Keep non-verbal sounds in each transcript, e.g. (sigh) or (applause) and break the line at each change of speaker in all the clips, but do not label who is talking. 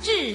致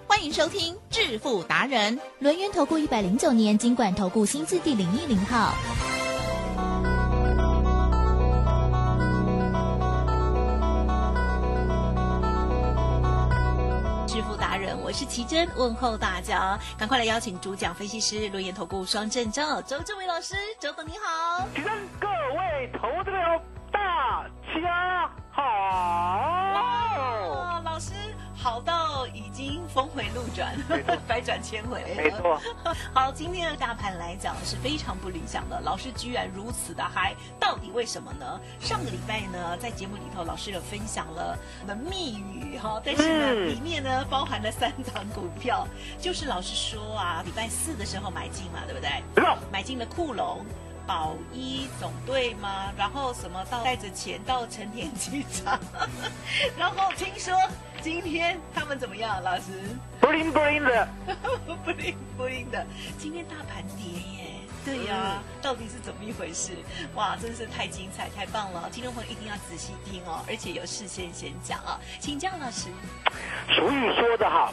欢迎收听《致富达人》，
轮源投顾一百零九年经管投顾新字第零一零号。
致富达人，我是奇珍，问候大家，哦赶快来邀请主讲分析师、轮研投顾双证照周志伟老师，周董你好。
请问各位投资者大家好。
哦哇，老师好到已经峰回路转
没错，
(laughs) 百转千回了。
没错，
好，今天的大盘来讲是非常不理想的，老师居然如此的嗨，到底为什么呢？上个礼拜呢，在节目里头，老师有分享了我们密语哈，但是呢，
嗯
里面呢包含了三档股票，就是老师说啊，礼拜四的时候买进嘛，对不对？
没错，
买进了库龙。宝一总队吗？然后什么到带着钱到成田机场， (laughs) 然后听说今天他们怎么样？老师， (laughs)
不灵不灵的，
不灵不灵的，今天大盘跌耶。对呀、到底是怎么一回事？哇，真是太精彩，太棒了！听众朋友一定要仔细听哦，而且有事先先讲啊，请江老师。
俗语说得好，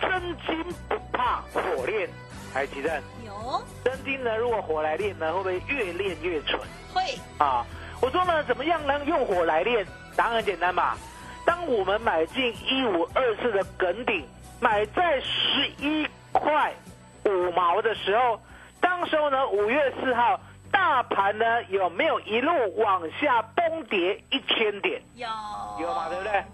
真金不怕火炼。哎，奇正，
有
真金呢，如果火来炼呢，会不会越炼越蠢
会
啊？我说呢，怎么样能用火来炼？答案很简单嘛。当我们买进一五二四的梗顶，买在十一块五毛的时候，当时候呢，五月四号，大盘呢有没有一路往下崩跌一千点？
有
有嘛，对不对？？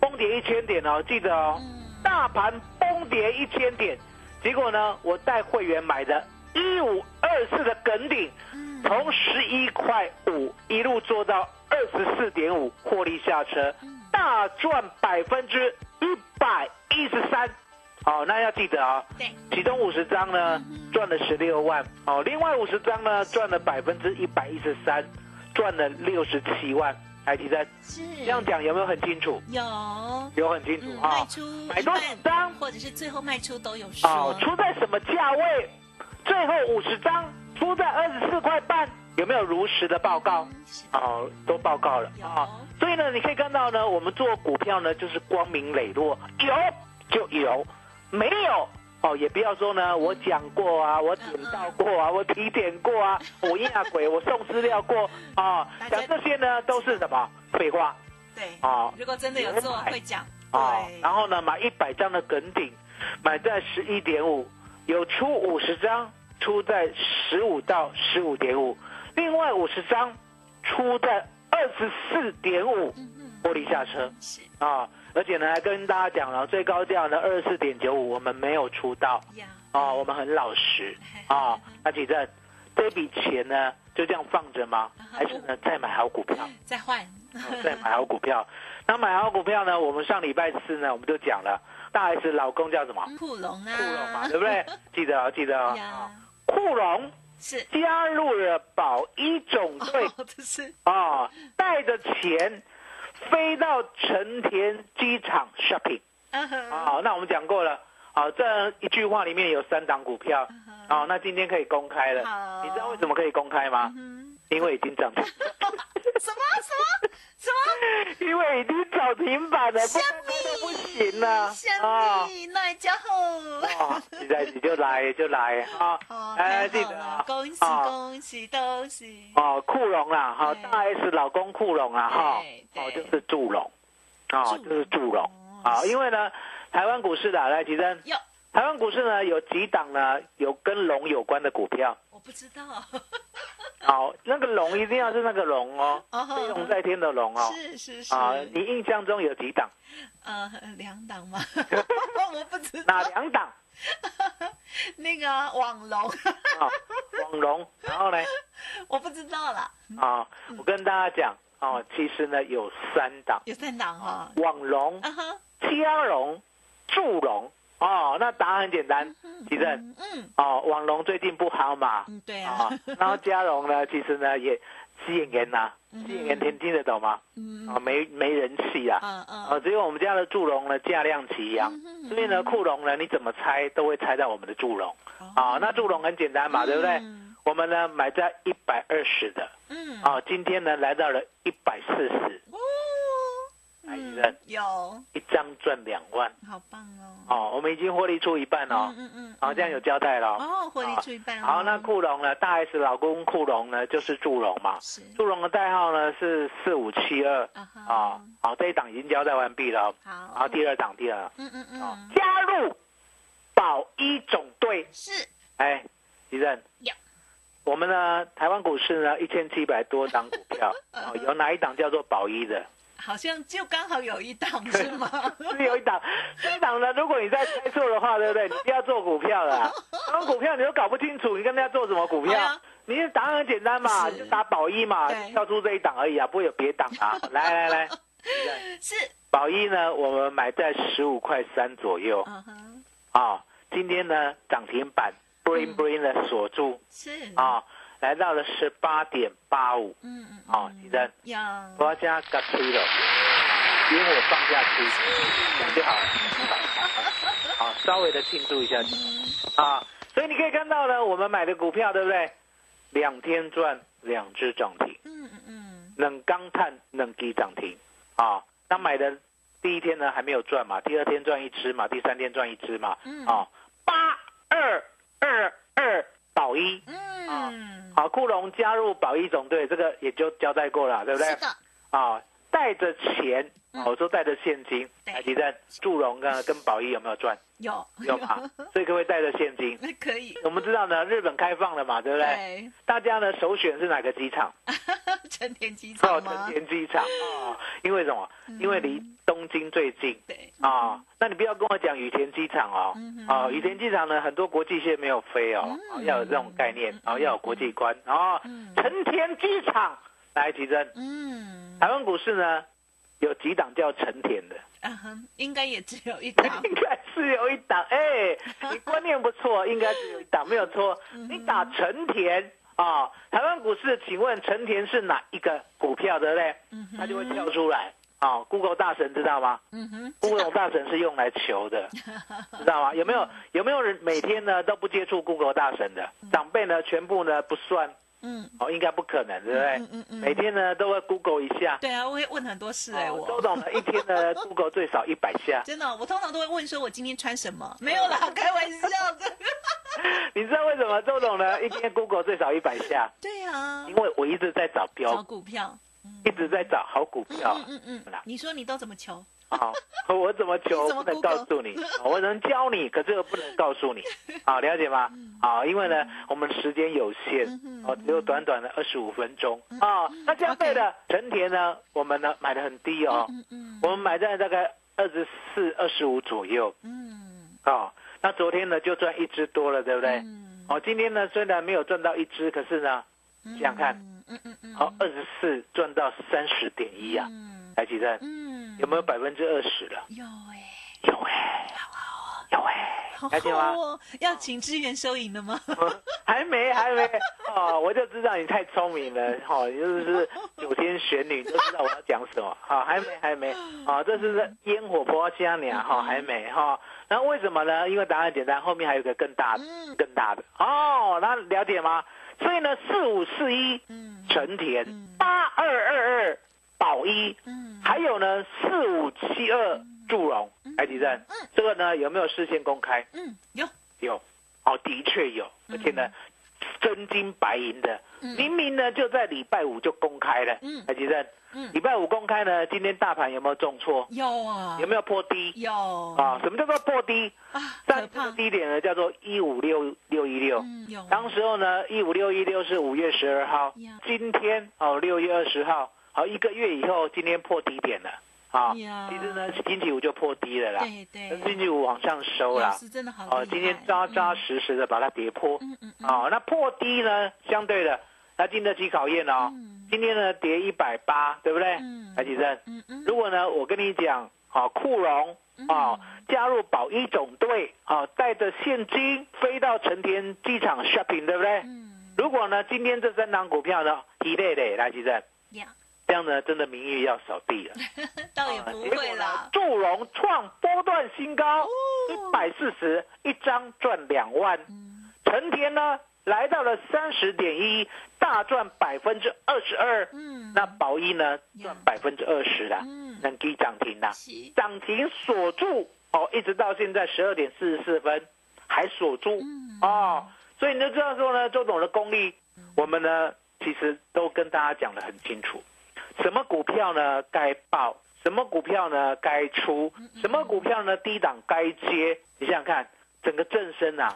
崩跌一千点哦，记得哦，
嗯
大盘崩跌一千点，结果呢，我带会员买的一五二四的梗顶，
嗯
从十一块五一路做到二十四点五，获利下车
嗯，
大赚百分之一百一十三。哦，那要记得啊、
对，
其中五十张呢
嗯
赚了十六万，哦，另外五十张呢赚了百分之一百一十三，赚了六十七万。还记得
是
这样讲有没有很清楚？
有。
有很清楚
嗯，卖
啊。
出
买
一
多
半，
张
或者是最后卖出都有说。
哦，出在什么价位？最后五十张出在二十四块半，有没有如实的报告？
嗯是
哦，都报告了
有
啊。所以呢，你可以看到呢，我们做股票呢，就是光明磊落，有就有，没有。哦，也不要说呢，我讲过啊，
嗯
我点到过啊，我提点过啊，我压
(laughs)
鬼，我送资料过啊，
大家
讲这些呢都是什么废话
对，
啊？
如果真的有做
有买
会讲，
啊
对，，
然后呢，买一百张的梗顶，买在十一点五，有出五十张，出在十五到十五点五，另外五十张出在二十四点五，
嗯
获利下车
嗯是
啊！而且呢，还跟大家讲了，最高价呢二十四点九五，我们没有出到
呀，
啊，我们很老
(laughs)
实啊。那几正，这笔钱呢就这样放着吗？
嗯
还是呢再买好股票？
再换，
再买好股票。那买好股票呢？我们上礼拜四呢，我们就讲了，大 S 老公叫什么？
库龙啊，
库嗯龙嘛，对不对？记得哦，记得哦。
呀，
库龙
是
加入了保一总队
哦， (laughs) 这是
啊，带着钱飞到成田机场 shopping
嗯哼
啊。那我们讲过了，啊，这一句话里面有三档股票
嗯哼
啊，那今天可以公开了。
好
你知道为什么可以公开吗？
嗯
因为已经涨停，
什么什么什么
(laughs) 因为已经涨停板了，不公开都不行了
香
啊
蜜那家伙。
哦，实在你就来就来啊！
哦，
哎，
太
记
好
得
了
啊！，
恭喜
啊
恭喜恭喜！
哦，库龙啦，哈，
对
大 S 老公库龙啦，哈
对，对
哦，就是祝龙，哦，
祝
就是祝龙
哦
啊！
是
因为呢，台湾股市啊的来提升，
哟，
台湾股市呢有几档呢有跟龙有关的股票，
我不知道，
哦，那个龙一定要是那个龙哦，
哦
飞龙在天的龙哦，
是是是，
啊，你印象中有几档？
呃，两档
(laughs)
吗？ (laughs) 我不知道
哪。两档？
那个网龙， (laughs)
啊，网龙，然后呢？
我不知道啦，
啊，我跟大家讲，哦，其实呢有三档。
哦
啊
有三档哈、
网龙、
啊哈，
嘉龙、祝龙哦，那答案很简单，其正。
嗯
哦，网龙最近不好嘛，
嗯，对啊
啊，，然后嘉荣呢，其实呢也吸引人呐、吸引人听听得懂吗？
嗯
啊，没没人气啊。
嗯嗯
啊，只有我们家的祝融呢价量齐扬，所以呢库龙呢你怎么猜都会猜到我们的祝融啊。那祝融很简单嘛，对不对？我们呢买在一百二十的
嗯，
啊，今天呢来到了一百四十，
哦，
哎
嗯
人，
有，
一张赚两万
好棒哦，
哦，我们已经获利出一半哦，
嗯嗯
好、这样有交代了哦。
哦，获利出一半了，
好，那库龙呢？大 S 老公库龙呢，就是祝融嘛。
是
祝融的代号呢是四五七二
啊哈
啊。好，这一档已经交代完毕了。
好
好，第二档，第二档，
嗯嗯
啊
嗯，
加入保一总队。
是
哎，李正
有，
我们呢，台湾股市呢一千七百多档股
(laughs)
票，
嗯
哦，有哪一档叫做保一的？
好像就刚好有一档是吗？
是有一
(laughs)
档，这一档呢，如果你再猜错的话，对不对？你不要做股票
(laughs)
了啊，然后股票你都搞不清楚，你跟人家做什么股票
对啊？
你的答案很简单嘛，
是
你就打宝一嘛
对，
跳出这一档而已啊，不会有别档
(laughs)
啊。来来来，
是，
宝一呢，我们买在十五块三左右
嗯哼，
啊、今天呢涨停板，bling bling 的锁住
是，
啊、来到了十八点八五
嗯嗯，
啊，其实
有，
我要加 g a t 了，因为我放假吃，这样就好了。好，稍微的庆祝一下啊！所以你可以看到呢，我们买的股票，对不对？两天赚两只涨停，
嗯嗯嗯，
冷钢碳冷低涨停啊！那买的第一天呢还没有赚嘛，第二天赚一只嘛，第三天赚一只嘛，
嗯
啊，八二二二保一，
嗯，
好，库龙加入保一总队，这个也就交代过了，对不对？
是的，
啊，带着钱，
嗯
啊我说带着现金，
对
台积电、祝融跟跟宝一有没有
(laughs)
赚？
有
有嘛，所以各位带着现
(laughs)
金。
那可以，
我们知道呢，日本开放了嘛，对不对？
对，
大家呢首选是哪个机场？
成田机
哦，
场
成
吗？
田机场哦，因为什么？
嗯
因为离东京最近
对，
啊、那你不要跟我讲羽田机场哦，
嗯
啊、羽田机场呢很多国际线没有飞哦，
嗯
哦要有这种概念，然、哦、要有国际观哦
嗯。
成田机场来提振
嗯，
台湾股市呢，有几档叫成田的。
嗯哼，应该也只有一
(laughs)
档，
应该是有一档，哎、
(laughs)
你观念不错，应该是有一档，没有错。
嗯
你打成田啊、台湾股市，请问成田是哪一个股票，对不对？
嗯哼
它就会跳出来啊、g o o g l e 大神知道吗
嗯哼，
？Google 大神是用来求
(laughs)
的，知道吗？有没有有没有人每天呢都不接触 Google 大神的长辈呢？全部呢不算
嗯，
哦，应该不可能，对不对？
嗯嗯嗯
每天呢都会 Google 一下。
对啊，我会问很多事哎，
哦
我
周董呢一天
(laughs)
呢 Google 最少一百下。
真的，我通常都会问说我今天穿什么，没有
哦
啦，开玩笑
(laughs)
的，
你知道为什么周董呢？一天 Google 最少一百下，
对啊
因，为我一直在找
找
标，
股票，
一直在找好股票
嗯嗯嗯，你说你都怎么求？
(laughs) 啊。我怎么求
你怎么
不能
Google？
告诉你，我能教
(laughs)
你，可是我不能告诉你，啊，了解吗？啊，因为呢，我们时间有限
嗯哼，嗯
哦，只有短短的二十五分钟啊。那这样对的，成田呢，我们呢买的很低哦，
嗯嗯
我们买在大概二十四、二十五左右
嗯
啊。那昨天呢就赚一只多了，对不对？
嗯，
哦，今天呢虽然没有赚到一只，可是呢，想想看，
嗯嗯嗯嗯，
好，二十四赚到三十点一啊，
嗯
台积电
嗯，
有没有百分之二十了？
有哎，
有哎、有哎、
好
开心吗
好？哦，要请支援收银的吗？
(laughs) 还没，还没哦，我就知道你太聪明了，哦，你就是九天玄女，你就知道我要讲什么。好、还没，还没，哦，这是烟火婆家娘，哈、还没哈、那为什么呢？因为答案简单，后面还有一个更大的，
嗯
更大的哦，那了解吗？所以呢，四五四一
嗯
成田
嗯，
八二二二宝一，
嗯，
还有呢，四五七二祝融，海底站，这个呢有没有事先公开？
嗯有，
有，哦，的确有，而且
嗯
呢，真金白银的，明明呢就在礼拜五就公开了
嗯，
海底站
嗯，
礼拜五公开呢，今天大盘有没有重挫？
有啊，
有没有破低？
有
啊，什么叫做破低？
啊，可
上
怕
次，低点呢叫做一五六六一六，
嗯有，
当时候呢，一五六一六是五月十二号
Yeah.，
今天哦六月二十号，好、一个月以后，今天破低点了啊。
Yeah.
其实呢，星期五就破低了啦，
对对，
星期五往上收啦。
老师真的好厉害
哦，今天扎扎实实的把它跌破。
嗯嗯嗯，
哦，那破低呢，相对的，它经得起考验哦。
嗯
今天呢跌一百八，对不对？哎
嗯嗯
台积电。
嗯嗯，
如果呢，我跟你讲，好、库龙啊，加入保一总队啊，带着现金飞到成田机场 shopping，对不对？
嗯
如果呢，今天这三档股票呢，一类的来其正，
呀，
这样呢，真的名誉要扫地了。
倒也不
结果
会
呢
啦，，哦
祝融创波段新高，一百四十一张赚两万，
嗯
成田呢来到了三十点一，大赚百分之二十二。
嗯，
那宝一呢赚百分之二十啦
嗯，
能给涨停啦，
是
涨停锁住哦，一直到现在十二点四十四分还锁住
嗯
哦，所以你就知道说呢，周董的功力，我们呢其实都跟大家讲得很清楚，什么股票呢该报，什么股票呢该出，什么股票呢低档该接，你想想看，整个正身啊，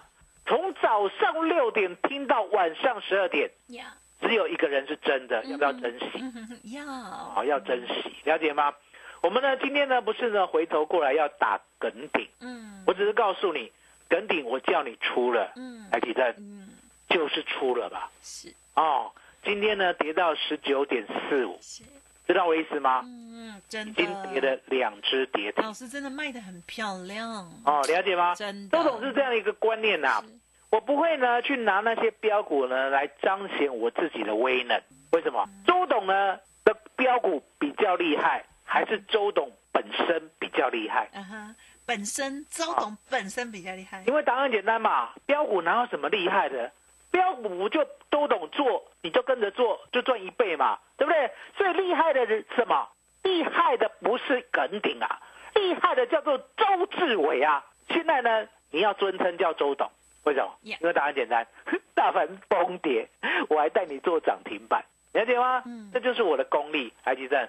从早上六点听到晚上十二点，
呀，
只有一个人是真的，要不要珍惜？
嗯呀，
好，哦要珍惜，了解吗？我们呢，今天呢，不是呢，回头过来要打梗顶，
嗯
我只是告诉你，梗顶我叫你出了，
嗯
来，启正
嗯，
就是出了吧？
是
哦，今天呢，跌到十九点四五，
是，
知道我意思吗？
嗯，
已
真
经跌
的，
了两只跌停，
老师真的卖的很漂亮，
哦，了解吗？
真的，
周总是这样一个观念呐、
是
我不会呢去拿那些标股呢来彰显我自己的威能。为什么？
嗯
周董呢的标股比较厉害，还是周董本身比较厉害？
啊哈，本身周董本身比较厉害
因，为答案很简单嘛，标股哪有什么厉害的？标股不就都懂做，你就跟着做，就赚一倍嘛，对不对？最厉害的是什么？厉害的不是耿鼎啊，厉害的叫做周志伟啊。现在呢，你要尊称叫周董，为什么
Yeah
因为答案简单， (laughs) 大盘崩跌，我还带你做涨停板，了解吗？
嗯
这就是我的功力，来吉正。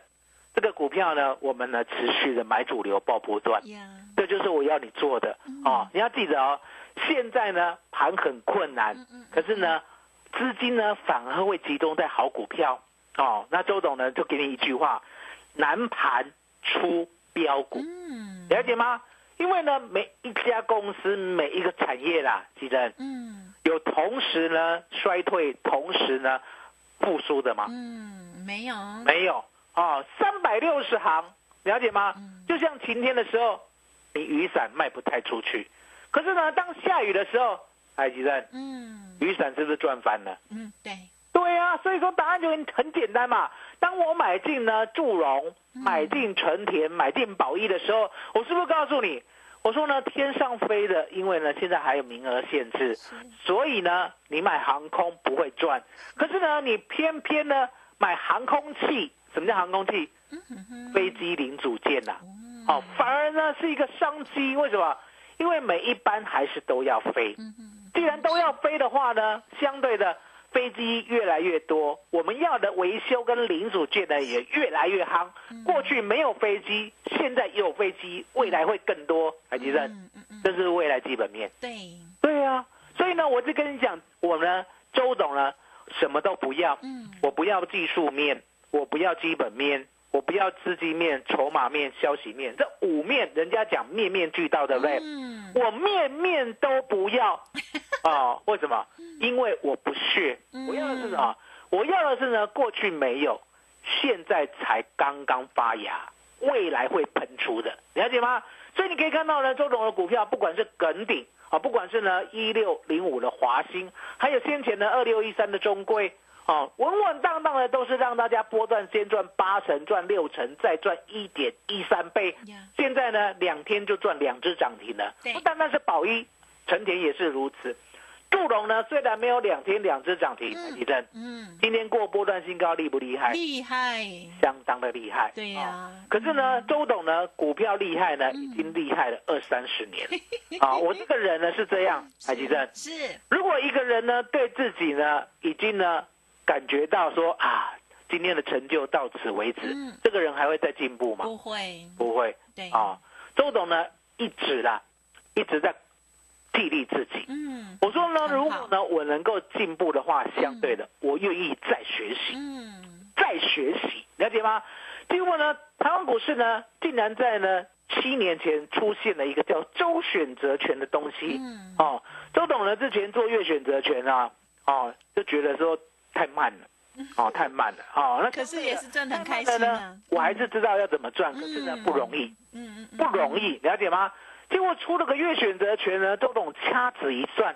这个股票呢，我们呢持续的买主流爆波段。
呀，
这就是我要你做的
嗯
哦。你要记得哦，现在呢盘很困难
嗯嗯，
可是呢资金呢反而会集中在好股票哦。那周董呢就给你一句话：难盘出标股，
嗯
了解吗？因为呢每一家公司每一个产业啦，记得
嗯
有同时呢衰退，同时呢复苏的吗？
嗯，没有，
没有哦，三百六十行，了解吗
嗯？
就像晴天的时候，你雨伞卖不太出去，可是呢，当下雨的时候，哎，吉正，
嗯
雨伞是不是赚翻了？
嗯，对，
对啊，所以说答案就很很简单嘛。当我买进呢祝融，买进纯田，买进宝一的时候，我是不是告诉你？我说呢，天上飞的，因为呢现在还有名额限制，所以呢你买航空不会赚。可是呢，你偏偏呢买航空器，什么叫航空器？
嗯哼哼，
飞机零组件呐、
嗯
哦，反而呢是一个商机。为什么？因为每一班还是都要飞。
嗯哼，
既然都要飞的话呢，相对的飞机越来越多，我们要的维修跟零组件呢也越来越夯。
嗯
过去没有飞机，现在有飞机，未来会更多。海吉生，
嗯嗯嗯，
这是未来基本面。
对，
对啊，所以呢，我就跟你讲，我呢，周董呢，什么都不要，
嗯
我不要技术面，我不要基本面，我不要资金面、筹码面、消息面，这五面人家讲面面俱到，对不对？
嗯
我面面都不要
(laughs)
哦，为什么？因为我不屑，
嗯
我要的是什么？我要的是呢，过去没有，现在才刚刚发芽，未来会喷出的，了解吗？所以你可以看到呢，周董的股票，不管是耿鼎啊，不管是呢一六零五的华兴，还有先前的二六一三的中规。哦，稳稳当当的都是让大家波段先赚八成，赚六成，再赚一点一三倍。
呀，
现在呢，两天就赚两只涨停了。
对
不单单是宝一，成田也是如此。祝融呢，虽然没有两天两只涨停，
嗯
台积电
嗯，
今天过波段新高，厉不厉害？
厉害，
相当的厉害。
对呀嗯
哦可是呢，周董呢，股票厉害呢，已经厉害了二三十年
(laughs)
了。啊，我这个人呢是这样，台积电。
是，
如果一个人呢，对自己呢，已经呢，感觉到说啊，今天的成就到此为止，
嗯
这个人还会再进步吗？
不会，
不会。
对，
啊，周董呢一直啦，一直在激励自己。
嗯
我说呢，
很好
如果呢我能够进步的话，相对的，我愿意再学习，
嗯，
再学习，了解吗？结果呢，台湾股市呢，竟然在呢七年前出现了一个叫周选择权的东西。
嗯
哦，周董呢之前做月选择权啊，哦，就觉得说太慢了，哦，太慢了哦。那
嗯可是也是赚得很开
太慢
心
了呢
啊。
我还是知道要怎么赚，可是呢不容易，
嗯嗯嗯，
不容易，了解吗？结果出了个月选择权呢，周董掐指一算，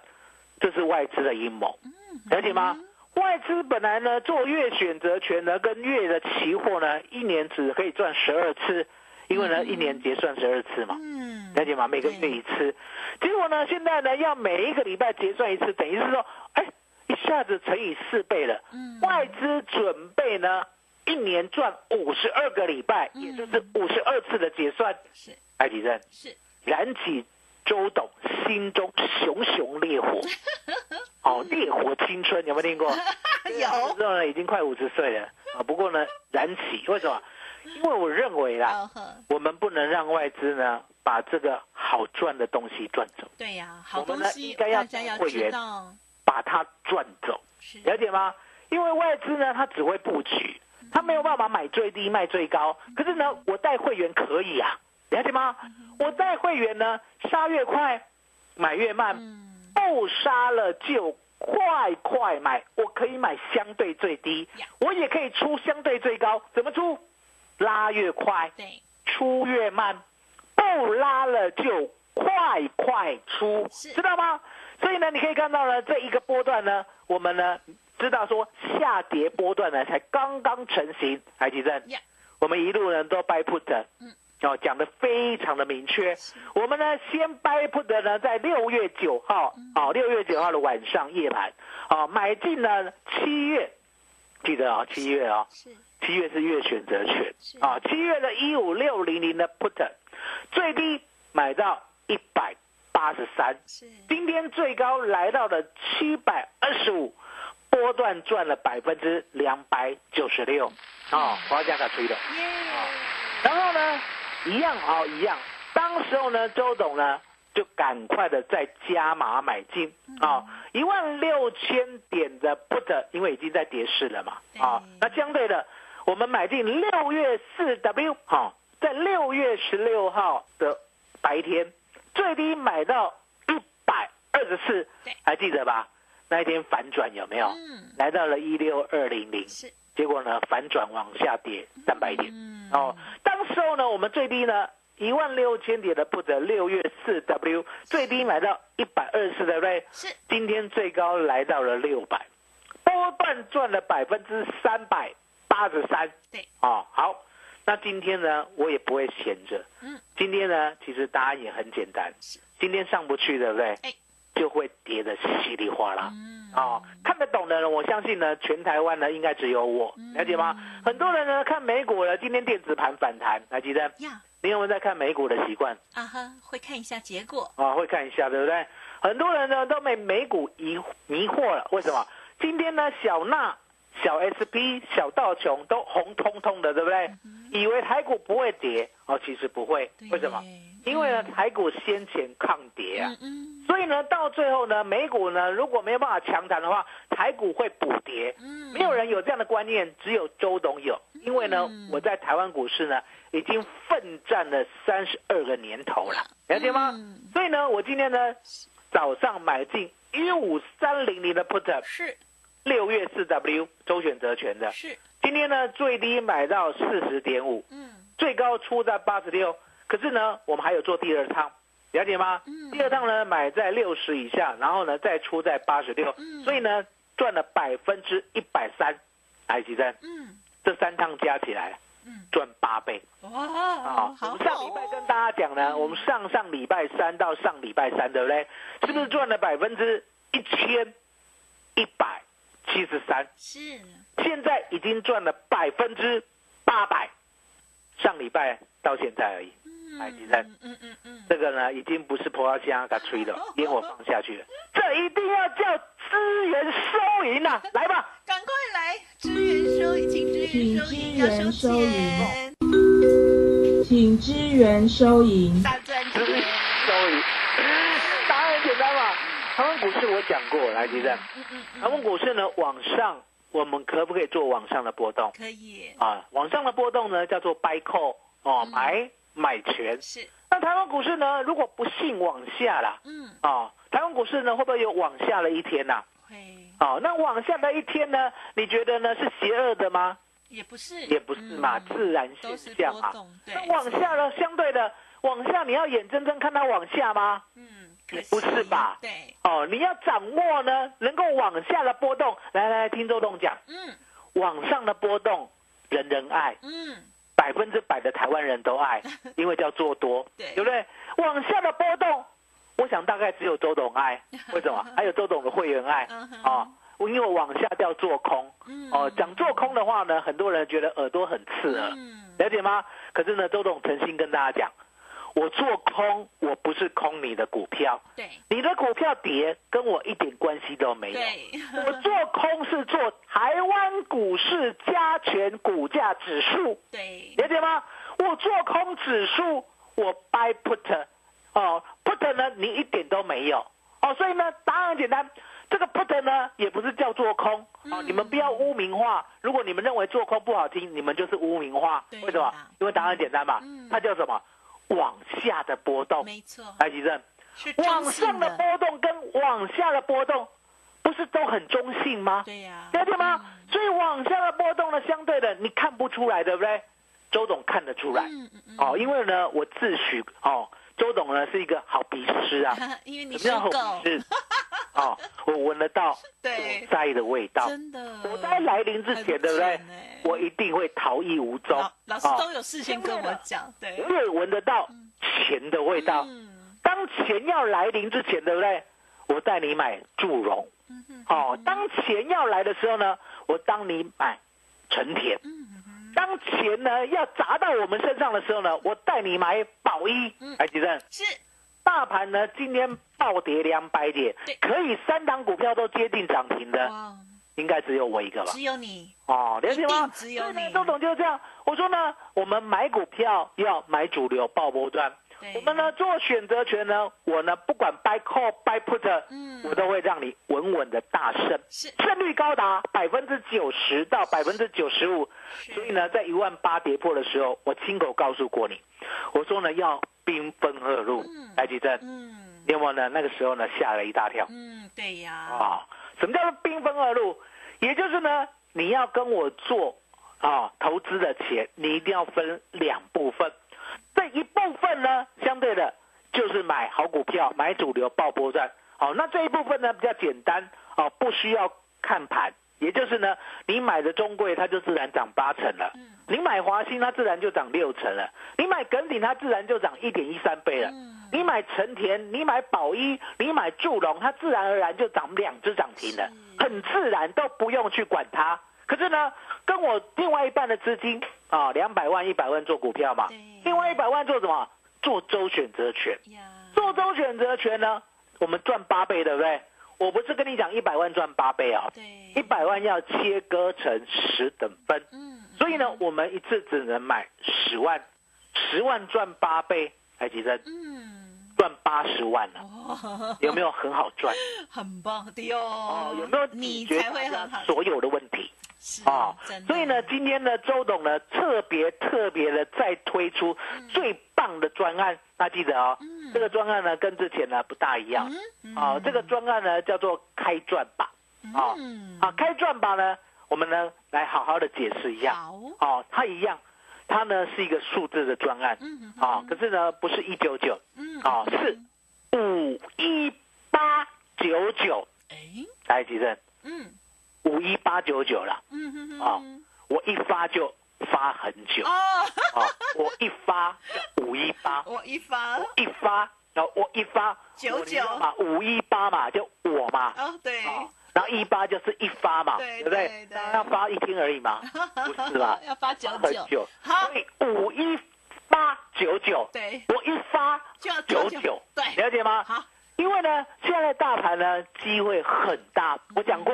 这是外资的阴谋，
嗯
了解吗？外资本来呢做月选择权呢跟月的期货呢，一年只可以赚十二次，因为呢一年结算十二次嘛，
嗯，
了解吗？每个月
对
一次，结果呢，现在呢要每一个礼拜结算一次，等于是说，哎，一下子乘以四倍了。
嗯
外资准备呢，一年赚五十二个礼拜，
嗯
也就是五十二次的结算。
是
艾迪生
是，
哎燃起周董心中熊熊烈火，哦，烈火青春有没有听过？
有
之后呢，已经快五十岁了啊，不过呢，燃起为什么？因为我认为啦，
哦呵，
我们不能让外资呢把这个好赚的东西赚走，
对呀，嗯好
我们
东
呢
西
应该要
大家要
会
知
员
道，
把它赚走，
是
了解吗？因为外资呢，它只会布局，它没有办法买最低卖最高。可是呢，我带会员可以啊，了解吗？我带会员呢，杀越快，买越慢，
嗯
不杀了就。快快买！我可以买相对最低
呀，
我也可以出相对最高。怎么出？拉越快，
对
出越慢，不拉了就快快出，
是
知道吗？所以呢，你可以看到呢，这一个波段呢，我们呢知道说下跌波段呢才刚刚成型，海吉正
呀，
我们一路呢都 buy put 的
嗯
哦，讲的非常的明确
是。
我们呢先 buy put 的呢，在六月九号，
嗯
哦，六月九号的晚上夜盘，哦，买进了七月，记得哦，七月哦，
是
七月是月选择权
是
啊，七月的一五六零零的 put，最低买到一百八十三，
是
今天最高来到了七百二十五，波段赚了百分之两百九十六啊，我要加个吹的。
耶，
然后呢，一样哦，一样。当时候呢，周董呢就赶快的再加码买进
嗯
啊，一万六千点的 put，因为已经在跌势了嘛啊。
对
那相对的，我们买进六月四 W 哈、在六月十六号的白天最低买到一百二十四
对，
还记得吧？那一天反转有没有？
嗯
来到了一六二零零，
是
结果呢反转往下跌三百点。
嗯
哦，当时候呢，我们最低呢一万六千点的 put，六月四 W 最低买到一百二十，对不对？
是
今天最高来到了六百，波段赚了百分之三百八十三。
对，
哦，好，那今天呢，我也不会闲着。
嗯，
今天呢，其实答案也很简单
是，
今天上不去，对不对？
哎
就会跌得稀里哗啦。
嗯
哦，看得懂的人，我相信呢，全台湾呢应该只有我，
嗯
了解吗？很多人呢看美股呢，今天电子盘反弹，来，吉珍，
呀
你有没有在看美股的习惯
啊哈，会看一下结果，
啊？会看一下，对不对？很多人呢都被美股疑迷惑了，为什么？今天呢，小纳、小 SP、小道琼都红彤彤的，对不对？以为台股不会跌，哦，其实不会
嗯对，
为什么？
耶
因为呢，台股先前抗跌啊，
嗯嗯
所以呢，到最后呢，美股呢如果没有办法强弹的话，台股会补跌。(laughs)
嗯，
没有人有这样的观念，只有周董有。因为呢
嗯，
我在台湾股市呢已经奋战了三十二个年头了，了解吗？
嗯
所以呢，我今天呢早上买进一五三零零的 put，
是
六月四 W 周选择权的，
是
今天呢最低买到四十点五，
嗯
最高出在八十六，可是呢，我们还有做第二趟，了解吗？
嗯
第二趟呢，买在六十以下，然后呢再出在八十六
嗯，
所以呢赚了百分之一百三，哎，吉珍，
嗯
这三趟加起来
嗯，
赚八倍啊
哇，哦好嗯
我
好哦
们上礼拜跟大家讲呢，我们上上礼拜三到上礼拜三，对不对？是
嗯
不是赚了百分之一千一百七十三？
是
现在已经赚了百分之八百，上礼拜到现在而已。
嗯
哎其实
嗯嗯嗯嗯，
这个呢，已经不是葡萄香给吹
(laughs)
了，烟火放下去了，这一定要叫资源收银呐、来吧，
赶快来支援收银，请支援收银，要收
请支援收请
钱，
支援收银。
大赚
资源
钱。
收
(laughs)
银，答案很简单嘛。台湾股市我讲过，来，吉正，
嗯嗯
台湾股市呢往上，我们可不可以做往上的波动
可以，
啊？往上的波动呢叫做 buy call 哦，
嗯
买买权。
是，
那台湾股市呢，如果不幸往下啦，
嗯，
啊，台湾股市呢会不会有往下的一天呐、
会，
好、那往下的一天呢？你觉得呢是邪恶的吗？
也不是，
也不是嘛，
嗯
自然
都
现
是
象
波
嘛。
动，对，
那往下呢？相对的，往下你要眼睁睁看它往下吗？
嗯，可惜
不是吧
对，
哦，你要掌握呢，能够往下的波动。来来，来听周董讲，
嗯
往上的波动，人人爱，
嗯，
百分之百的台湾人都
(laughs)
爱，因为叫做多，
对
对不对？往下的波动，我想大概只有周董
(laughs)
爱，为什么？还有周董的会员爱
嗯哼
哦，因为往下叫做空
嗯
哦。讲做空的话呢，很多人觉得耳朵很刺耳，
嗯
了解吗？可是呢，周董诚心跟大家讲，我做空，我不是空你的股票。
对
你的股票跌跟我一点关系都没有。
对，
我做空是做台湾股市加权股价指数，
对
了解吗？我做空指数，我 buy put，哦，put 呢你一点都没有，哦，所以呢答案很简单，这个 put 呢也不是叫做空，哦，
嗯
你们不要污名化，如果你们认为做空不好听，你们就是污名化，
对
为什么
啦？
因为答案很简单嘛，
嗯
它叫什么？往下的波动，
没错，
来，吉正。
是
往
中性
上的波动跟往下的波动，不是都很中性吗？
对呀，
了解
嗯
吗？所以往下的波动呢，相对的你看不出来，对不对？周董看得出来，
嗯嗯嗯，
哦，因为呢，我自诩哦，周董呢是一个好鼻师啊，
嗯 (laughs) 因为你
什
是
么叫好
狗，
鼻师？ (laughs) 哦，我闻得到
对
火灾的味道，
真的，
火灾来临之前，
很
对不对
浅欸？
我一定会逃逸无踪。
老老师都
哦，
有事先跟我讲，对，
越闻得到钱的味道，
嗯
当钱要来临之前，对不对？我带你买祝融，
嗯哼
哦，当钱要来的时候呢，我当你买成田；
嗯哼，
当钱呢要砸到我们身上的时候呢，我带你买宝一
嗯。
哎，吉正，
是
大盘呢今天暴跌两百点
对，
可以三档股票都接近涨停的，
哇，
应该只有我一个吧？
只有你，
哦，了解
一
吗
定？只有
所以呢
你
周董就是这样。我说呢，我们买股票要买主流爆波段
对，
我们呢做选择权呢，我呢不管 buy call buy put，
嗯
我都会让你稳稳的大胜，
是
胜率高达百分之九十到百分之九十五。
是
所以呢，在一万八跌破的时候，我亲口告诉过你，我说呢要兵分二路
嗯。
来，吉正，
嗯
你有没有呢？那个时候呢吓了一大跳。
嗯，对呀，
啊，什么叫做兵分二路？也就是呢，你要跟我做啊投资的钱，你一定要分两部分。这一部分呢，相对的就是买好股票，买主流爆波段。好、那这一部分呢比较简单哦、不需要看盘，也就是呢，你买的中贵它就自然涨八成了。
嗯
你买华兴，它自然就涨六成了；你买耿鼎，它自然就涨一点一三倍了；
嗯
你买成田，你买宝一，你买祝融，它自然而然就涨两只涨停了，
是
很自然，都不用去管它。可是呢，跟我另外一半的资金啊，两百万、一百万做股票嘛
对，
另外一百万做什么？做周选择权。
呀，
做周选择权呢，我们赚八倍，对不对？我不是跟你讲一百万赚八倍啊、
对，
一百万要切割成十等分。
嗯，嗯
所以呢，我们一次只能买十万，十万赚八倍，哎，其实
嗯，
赚八十万了、
哦， (laughs)
有没有很好赚？
很棒的哟，哦
有没有
你
解决
才会
大
很
家
好
所有的问题
是
啊、
真的，
所以呢，今天呢，周董呢特别特别的再推出最棒的专案，那记得哦，
嗯
这个专案呢跟之前呢不大一样
嗯，嗯
啊、这个专案呢叫做开赚吧，啊、
嗯
啊，开赚吧呢，我们呢来好好的解释一下。
好，
哦，它一样，它呢是一个数字的专案，
嗯嗯
啊、可是呢不是一九九，
嗯，
啊是五一八九九，
哎，
来吉正，
嗯
五一八九九了，
嗯哼哼，
啊我一发就发很久，啊、
哦，
我一发五一八，
我一发，
一发，然后我一发我
九九
你知道嘛，五一八嘛，就我嘛，
哦对，
啊然后一八就是一发嘛，
对
不对？
对对？
当然要发一天而已嘛，不是吧
(laughs) 要发九
很
九，
久，
好
所以五一八九九，
对
我一发
就要
九
99
九，
对
了解吗？
好，
因为呢，现在大盘呢机会很大，我讲过，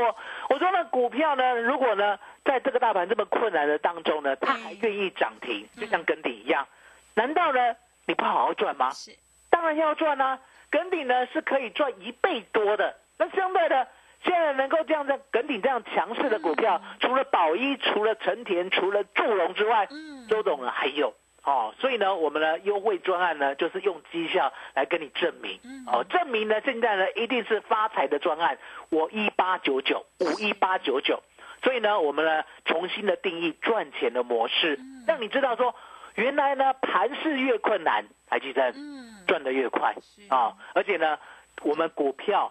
我说呢股票呢，如果呢在这个大盘这么困难的当中呢，它还愿意涨停，就像跟顶一样，难道呢你不好好赚吗？
是，
当然要赚啊，耿鼎呢是可以赚一倍多的。那相对的，现在能够这样在耿鼎这样强势的股票，除了宝一、除了成田、除了祝融之外，
嗯
周董呢还有哦，所以呢，我们呢优惠专案呢，就是用绩效来跟你证明
嗯，
哦，证明呢现在呢一定是发财的专案，我一八九九五一八九九，所以呢，我们呢重新的定义赚钱的模式，
嗯
让你知道说，原来呢盘势越困难，台积电
嗯，
赚得越快
是
啊、哦，而且呢，我们股票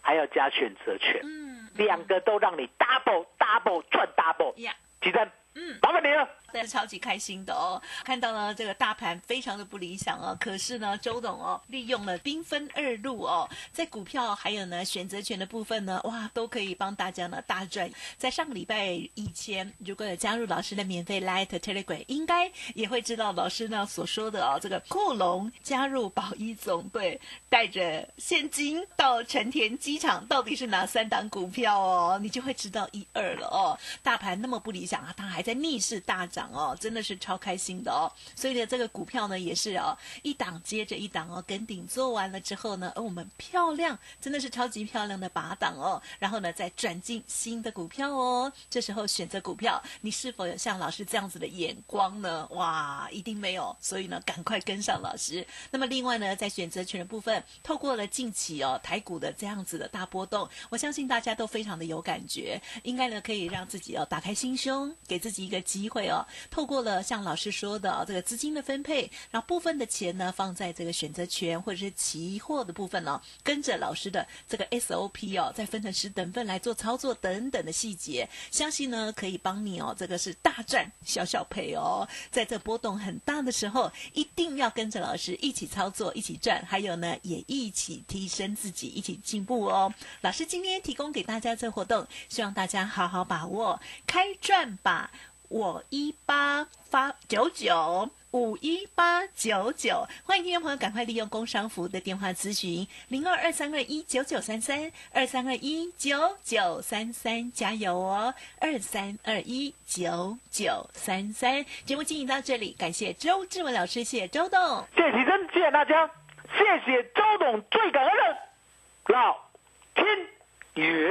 还要加选择权，
嗯，
两个都让你 double double 赚 double，
呀。
积电，
嗯，
麻烦你了。
但是超级开心的哦！看到呢这个大盘非常的不理想哦，可是呢周董哦利用了兵分二路哦，在股票还有呢选择权的部分呢，哇都可以帮大家呢大赚。在上个礼拜以前，如果有加入老师的免费 Light Telegram，应该也会知道老师呢所说的哦，这个库龙加入宝一总队，带着现金到成田机场，到底是哪三档股票哦？你就会知道一二了哦。大盘那么不理想啊，它还在逆势大涨哦，真的是超开心的哦。所以呢，这个股票呢也是哦，一档接着一档哦，跟顶做完了之后呢，哦而我们漂亮，真的是超级漂亮的拔档哦，然后呢再转进新的股票哦。这时候选择股票，你是否有像老师这样子的眼光呢？哇，一定没有，所以呢，赶快跟上老师。那么另外呢，在选择权的部分，透过了近期哦台股的这样子的大波动，我相信大家都非常的有感觉，应该呢可以让自己哦打开心胸，给自己一个机会哦。透过了像老师说的、哦、这个资金的分配，然后部分的钱呢放在这个选择权或者是期货的部分哦，跟着老师的这个 SOP 哦，再分成十等份来做操作等等的细节，相信呢可以帮你哦，这个是大赚小小赔哦。在这波动很大的时候，一定要跟着老师一起操作，一起赚，还有呢，也一起提升自己，一起进步哦。老师今天提供给大家这活动，希望大家好好把握，开赚吧！我一八发九九。五一八九九，欢迎听众朋友赶快利用工商服务的电话咨询零二二三二一九九三三二三二一九九三三，加油哦！二三二一九九三三，节目进行到这里，感谢周志文老师，谢谢周董。
谢谢提升，谢谢大家，谢谢周董，最感恩的老天爷。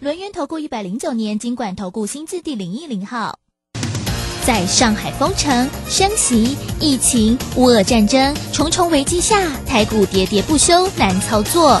轮源投顾一百零九年经管投顾新字第零一零号。在上海封城、升息、疫情、乌俄战争重重危机下，台股喋喋不休，难操作。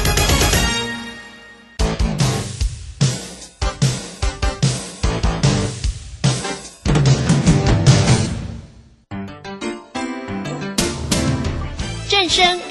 正声